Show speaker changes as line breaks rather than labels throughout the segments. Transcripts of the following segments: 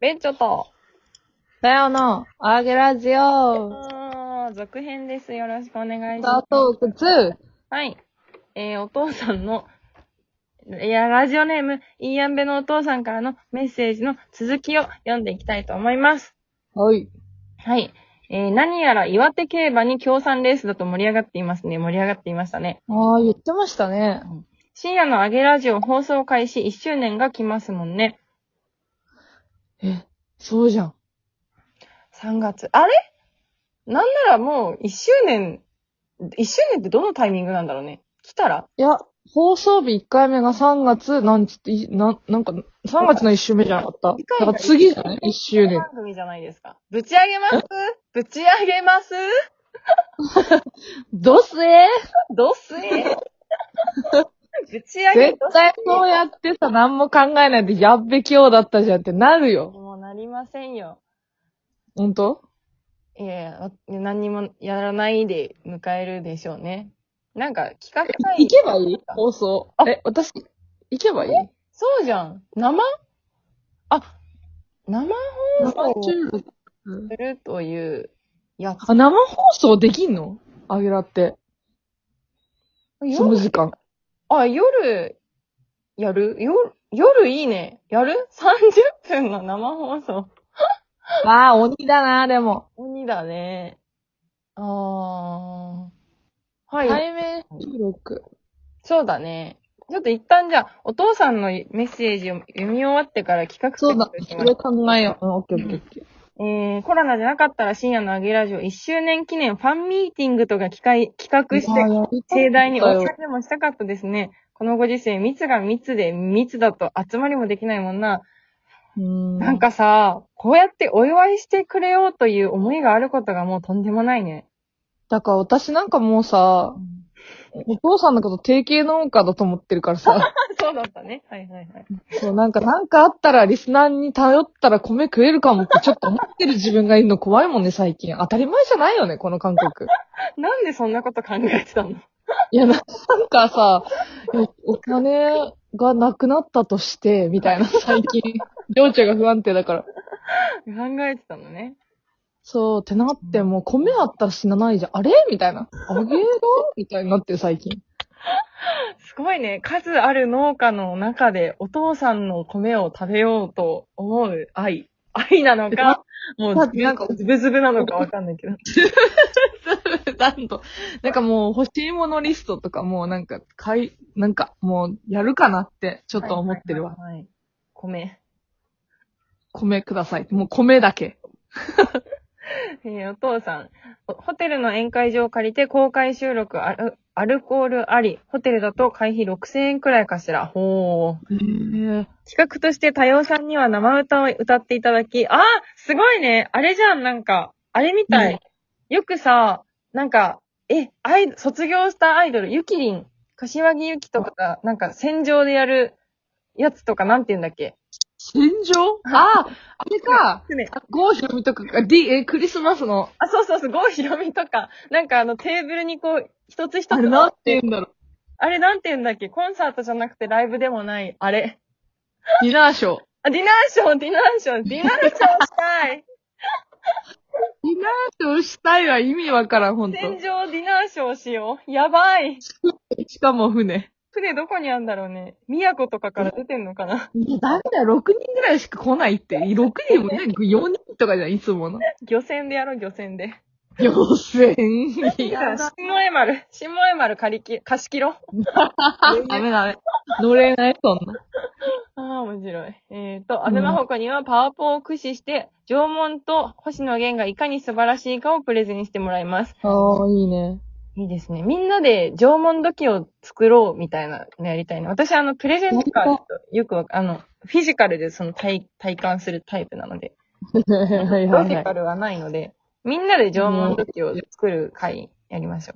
ベンチョと、
だよの、あげラジオ。
あー続編です。よろしくお願い
ス
しま
ター
す。
トーク2。
はい。えー、お父さんの、いや、ラジオネーム、イーアンベのお父さんからのメッセージの続きを読んでいきたいと思います。
はい。
はい。えー、何やら岩手競馬に協賛レースだと盛り上がっていますね。盛り上がっていましたね。
ああ、言ってましたね。
深夜のあげラジオ放送開始1周年が来ますもんね。
え、そうじゃん。
3月。あれなんならもう1周年、1周年ってどのタイミングなんだろうね。来たら
いや、放送日1回目が3月、なんつって、いなん、なんか、3月の1週目じゃなかった。
一回
だから次じゃない ?1 周年
番。組じゃないですか。ぶち上げますぶち上げます
どっすえ
どっすい ぶち上げ
絶
どっすい
対そうやってさ、何も考えないで、やっべ今日だったじゃんってなるよ。
もうなりませんよ。
ほんと
いやいや、何にもやらないで迎えるでしょうね。なんか企画会議
行けばいい放送
あ。
え、私、行けばいい
そうじゃん。生あ、生放
生
送
収録うん
するというやつ。
あ、生放送できんのあげらって。その
夜
時間。
あ、夜、やる夜、夜いいね。やる ?30 分の生放送。
ああ、鬼だな、でも。
鬼だね。あー。はい。
対面収録。
そうだね。ちょっと一旦じゃあ、お父さんのメッセージを読み終わってから企画
そうだ
展開し、ます
それ考えよう。うん、オッケーオッケーオッケー。
えー、コロナじゃなかったら深夜のあげラジオ1周年記念ファンミーティングとか企画企画して、盛大にお
お
伝えもしたかったですね。このご時世、密が密で、密だと集まりもできないもんな。
な
なん、かさ、こうやってお祝いしてくれようという思いがあることがもうとんでもないね。
だから私なんかもうさ、お父さんのこと定型農家だと思ってるか らさ、
そうだったね。はいはいはい。
そうなんかなんかあったらリスナーに頼ったら米食えるかもってちょっと思ってる自分がいるの怖いもんね、最近。当たり前じゃないよね、この感覚。
なんでそんなこと考えてたの
いや、ななんかさ、いやお金がなくなったとして、みたいな、最近。情緒が不安定だから。
考えてたのね。
そう、ってなって、もう米あったら死なないじゃん。あれみたいな。あげろみたいになってる、最 近。
すごいね。数ある農家の中でお父さんの米を食べようと思う愛。愛なのか、も
だっ
う
てなんか
ズブズブなのかわかんないけど。
なんと。なんかもう、欲しいものリストとかもう、なんか、買い、なんか、もう、やるかなって、ちょっと思ってるわ。
はいはいはいはい。米。
米ください。もう米だけ。
えーお父さん、ホホテルの宴会場を借りて公開収録アル、アルコールあり、ホテルだと会費6000円くらいかしら。ほう。
へえ。
企画として多様さんには生歌を歌っていただき、あーすごいねあれじゃん、なんか、あれみたい。よくさ、なんか、え、アイ卒業したアイドル、ゆきりん、柏木ゆきとかが、なんか戦場でやるやつとか、なんて言うんだっけ。
戦 場ああ、あれか。
ね
あ郷ひろみとかが、D、え、クリスマスの、
あ、そうそうそう、郷ひろみとか、なんかあのテーブルにこう、一つ一つ。
あれなんて言うんだろう。
あれなんて言うんだっけコンサートじゃなくてライブでもない。あれ。
ディナーショー。
あ、ディナーショー、ディナーショー、ディナーショーしたい。
ディナーショーしたいは意味わからん、ほんと。
戦場ディナーショーしよう。やばい。
しかも船。
船どこにあんだろうね。宮古とかから出てんのかな
ダメだよ、6人ぐらいしか来ない って。6人もね、4人とかじゃん、いつもの。
漁船でやろう、漁船で。
4千
い
いやだ。
新萌丸、新萌丸借りき、貸し切ろう。
ダメダメ。乗れない、そんな。
ああ、面白い。えっ、ー、と、アベマホコにはパワポを駆使して、縄文と星野源がいかに素晴らしいかをプレゼンしてもらいます。
ああ、いいね。
いいですね。みんなで縄文土器を作ろうみたいなのやりたいな。私、あの、プレゼンとか
やりた、
よくわかあの、フィジカルでその体、体感するタイプなので、
はいはい
ロジ
は
カ
い。
ルはないので、みんなで縄文土器を作る会やりましょ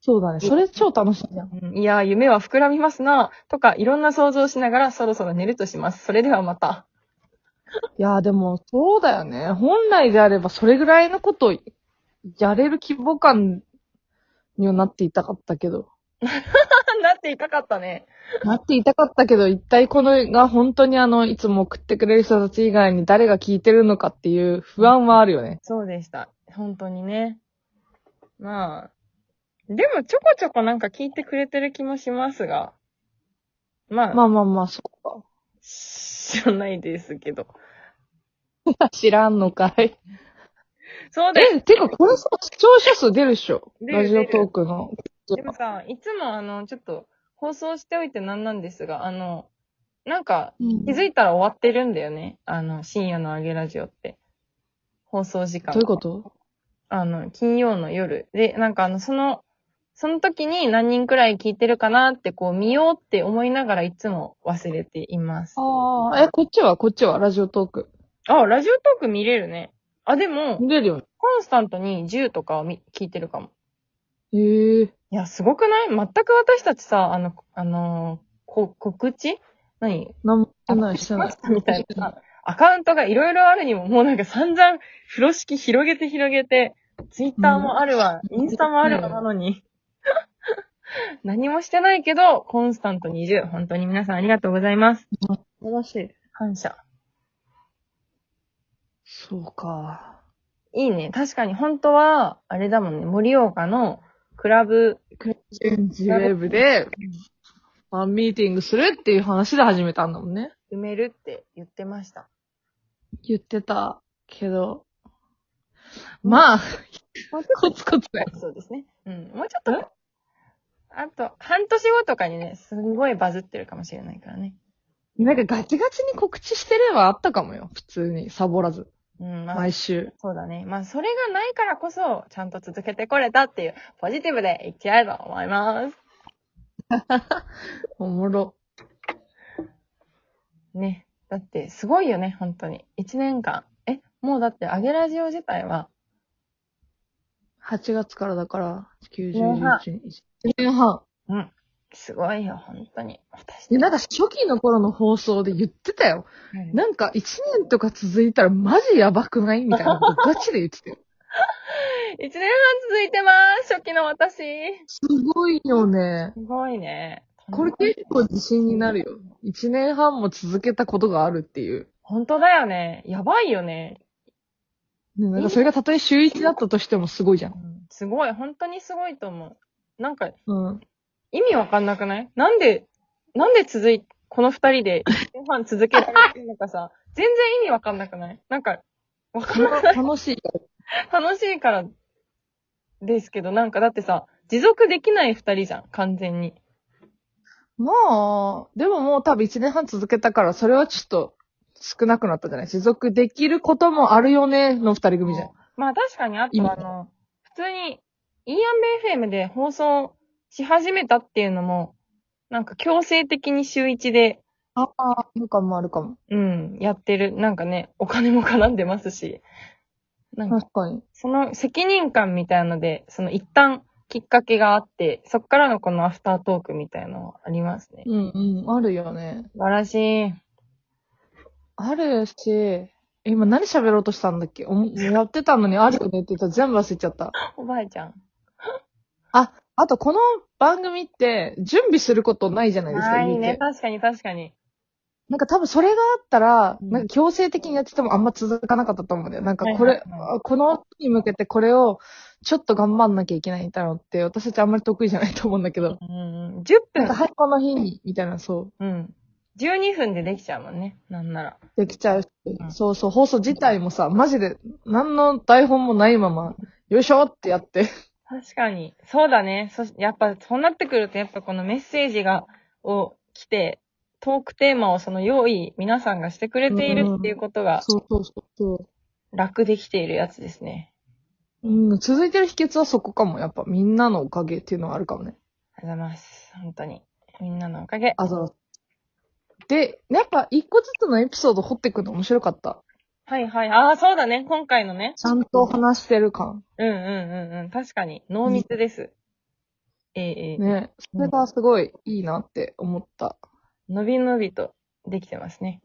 そうだね。それ超楽しいじゃん。
う。うんいやー、夢は膨らみますなとか、いろんな想像をしながらそろそろ寝るとします。それではまた。
いやーでも、そうだよね。本来であれば、それぐらいのこと、やれる規模感にはなっていたかったけど。
なっていかかったね。
なっていたかったけど、一体このが本当にあの、いつも送ってくれる人たち以外に誰が聞いてるのかっていう不安はあるよね。
そうでした。本当にね。まあ。でも、ちょこちょこなんか聞いてくれてる気もしますが。まあ、
まあまあまあ、そう
知らないですけど。
か。 知らんのかい。
そうです。
え、てかこれさ、視聴者数出るでしょ
出る
ラジオトークの。
でもさ、いつもあの、ちょっと、放送しておいてなんなんですが、あの、なんか、
うん
気づいたら終わってるんだよね。あの、深夜のあげラジオって。放送時間。
どういうこと
あの、金曜の夜。で、なんかあの、その、その時に何人くらい聞いてるかなって、こう、見ようって思いながらいつも忘れています。
ああ、え、こっちはこっちはラジオトーク。
あ、ラジオトーク見れるね。あ、でも、
見れるよね。
コンスタントに10とかを見聞いてるかも。
へえ。
いや、すごくない全く私たちさ、あの、あのーこ、告知何
なんもしてない、してな
ま
い
し。たみたいなさ、アカウントがいろいろあるにも、もうなんか散々、風呂敷広げて広げて、ツイッターもあるわ、
うん
インスタもあるわ
うん
なの に。何もしてないけど、コンスタント20。本当に皆さんありがとうございます。
素晴らしい。
感謝。
そうか。
いいね。確かに本当は、あれだもんね、盛岡のクラブ、
チェンジウェブで、ファンミーティングするっていう話で始めたんだもんね。
埋めるって言ってました。
言ってたけど。まあ、
もうちょっと
コツコツだよ。
そうですね。うん。もうちょっと、あと、半年後とかにね、すんごいバズってるかもしれないからね。
なんかガチガチに告知してればあったかもよ。普通に、サボらず。
うん、まあ
毎、週。
そうだね。まあ、それがないからこそ、ちゃんと続けてこれたっていう、ポジティブでいきたいと思います。
おもろ。
ね。だって、すごいよね、本当に。1年間。え、もうだって、アゲラジオ自体は、
8月からだから、90
年半
日に。1年半。
うん。すごいよ、本当に。私
で、なんか初期の頃の放送で言ってたよ。
はい
なんか1年とか続いたらマジやばくないみたい なことガチで言ってたよ。
1年半続いてます、初期の私。
すごいよね。
すごいね。
これ結構自信になるよ。1年半も続けたことがあるっていう。
本当だよね。やばいよね。
ねなんかそれがたとえ週1だったとしてもすごいじゃん
う。んすごい、本当にすごいと思う。なんか、
うん。
意味わかんなくないなんで、なんで続い、この二人で1年半続けられてるのかさ、全然意味わかんなくないなんか、わかんな
楽しいから。
楽しいからですけど、なんかだってさ、持続できない二人じゃん、完全に。
まあ、でももう多分1年半続けたから、それはちょっと少なくなったじゃない持続できることもあるよね、の二人組じゃん。
まあ確かに、あと
今
あの、普通に、イーアンベ FM で放送し始めたっていうのも、なんか強制的に週一で、
ああ、あるかもあるかも。
うん、やってる。なんかね、お金も絡んでますし。なんか
確かに。
その責任感みたいので、その一旦きっかけがあって、そっからのこのアフタートークみたいのありますね。
うんうん、あるよね。
素晴らしい。
あるし、え今何喋ろうとしたんだっけおもやってたのにあるよねって言ったら全部忘れちゃった。
おばあちゃん。
あ、あとこの番組って準備することないじゃないですか、
は
言
いうね。
て。
確かに確かに。
なんか多分それがあったら、
うん
なんか強制的にやっててもあんま続かなかったと思うんだよ。なんかこ
は
れ
い、はい
あこの日に向けてこれをちょっと頑張んなきゃいけないんだろうって、私たちあんまり得意じゃないと思うんだけど。
うん。10
なんか
分。
はい、この日に、みたいな、そ
うん。12分でできちゃうもんね。なんなら。
う、できちゃうし、
ん
そうそう、放送自体もさ、マジで、何の台本もないまま、よいしょってやって。
確かに。そうだね。そし、やっぱそうなってくると、やっぱこのメッセージが、を来て、トークテーマをその用意、皆さんがしてくれているっていうことが
そうそうそうそ
楽できているやつですね。
う。うん、続いてる秘訣はそこかも。やっぱみんなのおかげっていうのはあるかもね。
ありがとうございます。本当に。みんなのおかげ。
あざで、やっぱ一個ずつのエピソード掘ってくの面白かった。
はいはい。ああ、そうだね。今回のね。
ちゃんと話してる感。
うんうんうんうん。確かに。濃密です。ええええ
ね。それがすごいいいなって思った。
伸び伸びとできてますね。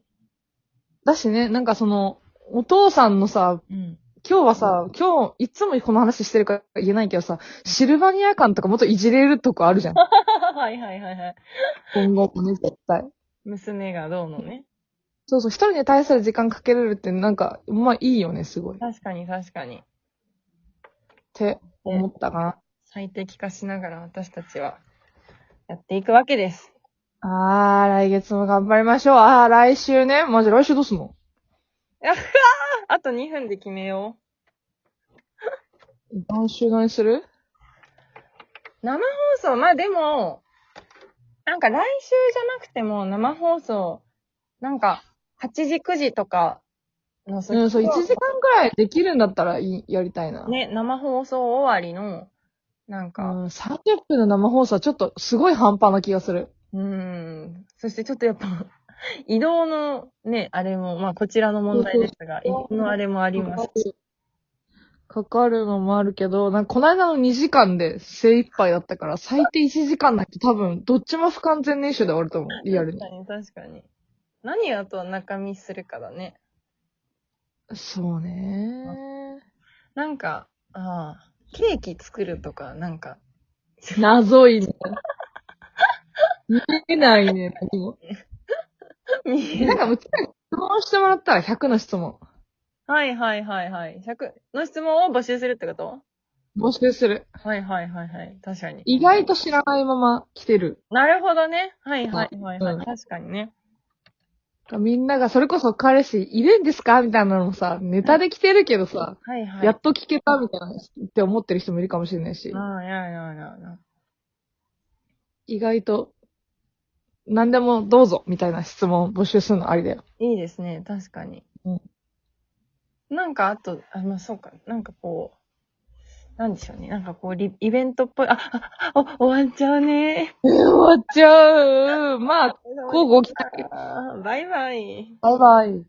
だしね、なんかその、お父さんのさ、
うん。
今日はさ、今日、いつもこの話してるから言えないけどさ、シルバニア感とかもっといじれるとこあるじゃん。
はいはいはいはい。
今後もね、絶対。
娘がどうのね。
そうそう、一人に対する時間かけれるって、なんか、まあいいよね、すごい。っ
確かに確かに。
て思ったか
最適化しながら私たちはやっていくわけです。
な。あー、来月も頑張りましょう。あー、来週ね。マジ来週どうすんの
あと2分で決めよ
来週何する
う。生放送、まあでも、なんか来週じゃなくても生放送、なんか8時9時とかの
うん、そう、1時間くらいできるんだったらいいやりたいな。
ね、生放送終わりの、なん
う
か、
ん、30分の生放送はちょっとすごい半端な気がする。
うーん。そしてちょっとやっぱ、 移動のね、あれも、まあこちらの問題ですが、移
そう
動のあれもあります。
かかるのもあるけど、なんかこの間の2時間で精一杯だったから、最低1時間だって多分、どっちも不完全燃焼で終わると思う、リアル
確
に
か。に確かに。何あとは中身するかだね。
そうね。
なんか、ああ、ケーキ作るとか、なんか、
謎いね。見えない ね、何も。
見え
な
なんい
かもう、質問してもらったら100の質問。
はいはいはいはい。100の質問を募集するってこと
募集する。
はいはいはいはい。確かに。
意外と知らないまま来てる。
なるほどね。はいはいはいはい。
うん
確かにね。
みんなが、それこそ彼氏いるんですかみたいなのもさ、ネタで来てるけどさ、
はいはい。
やっと聞けたみたいな、って思ってる人もいるかもしれないし、
ああ、いやいやいやいや。
意外と、何でもどうぞ、みたいな質問募集するのありだよ。
いいですね、確かに。
うん
なんかあと、あ、まあそうか、なんかこう、なんでしょうね、なんかこう、リイベントっぽい、あ、あ、あお終わっちゃうね。
終 わっちゃうまあ、
交
交互期待。
バイバイ。
バイバイ。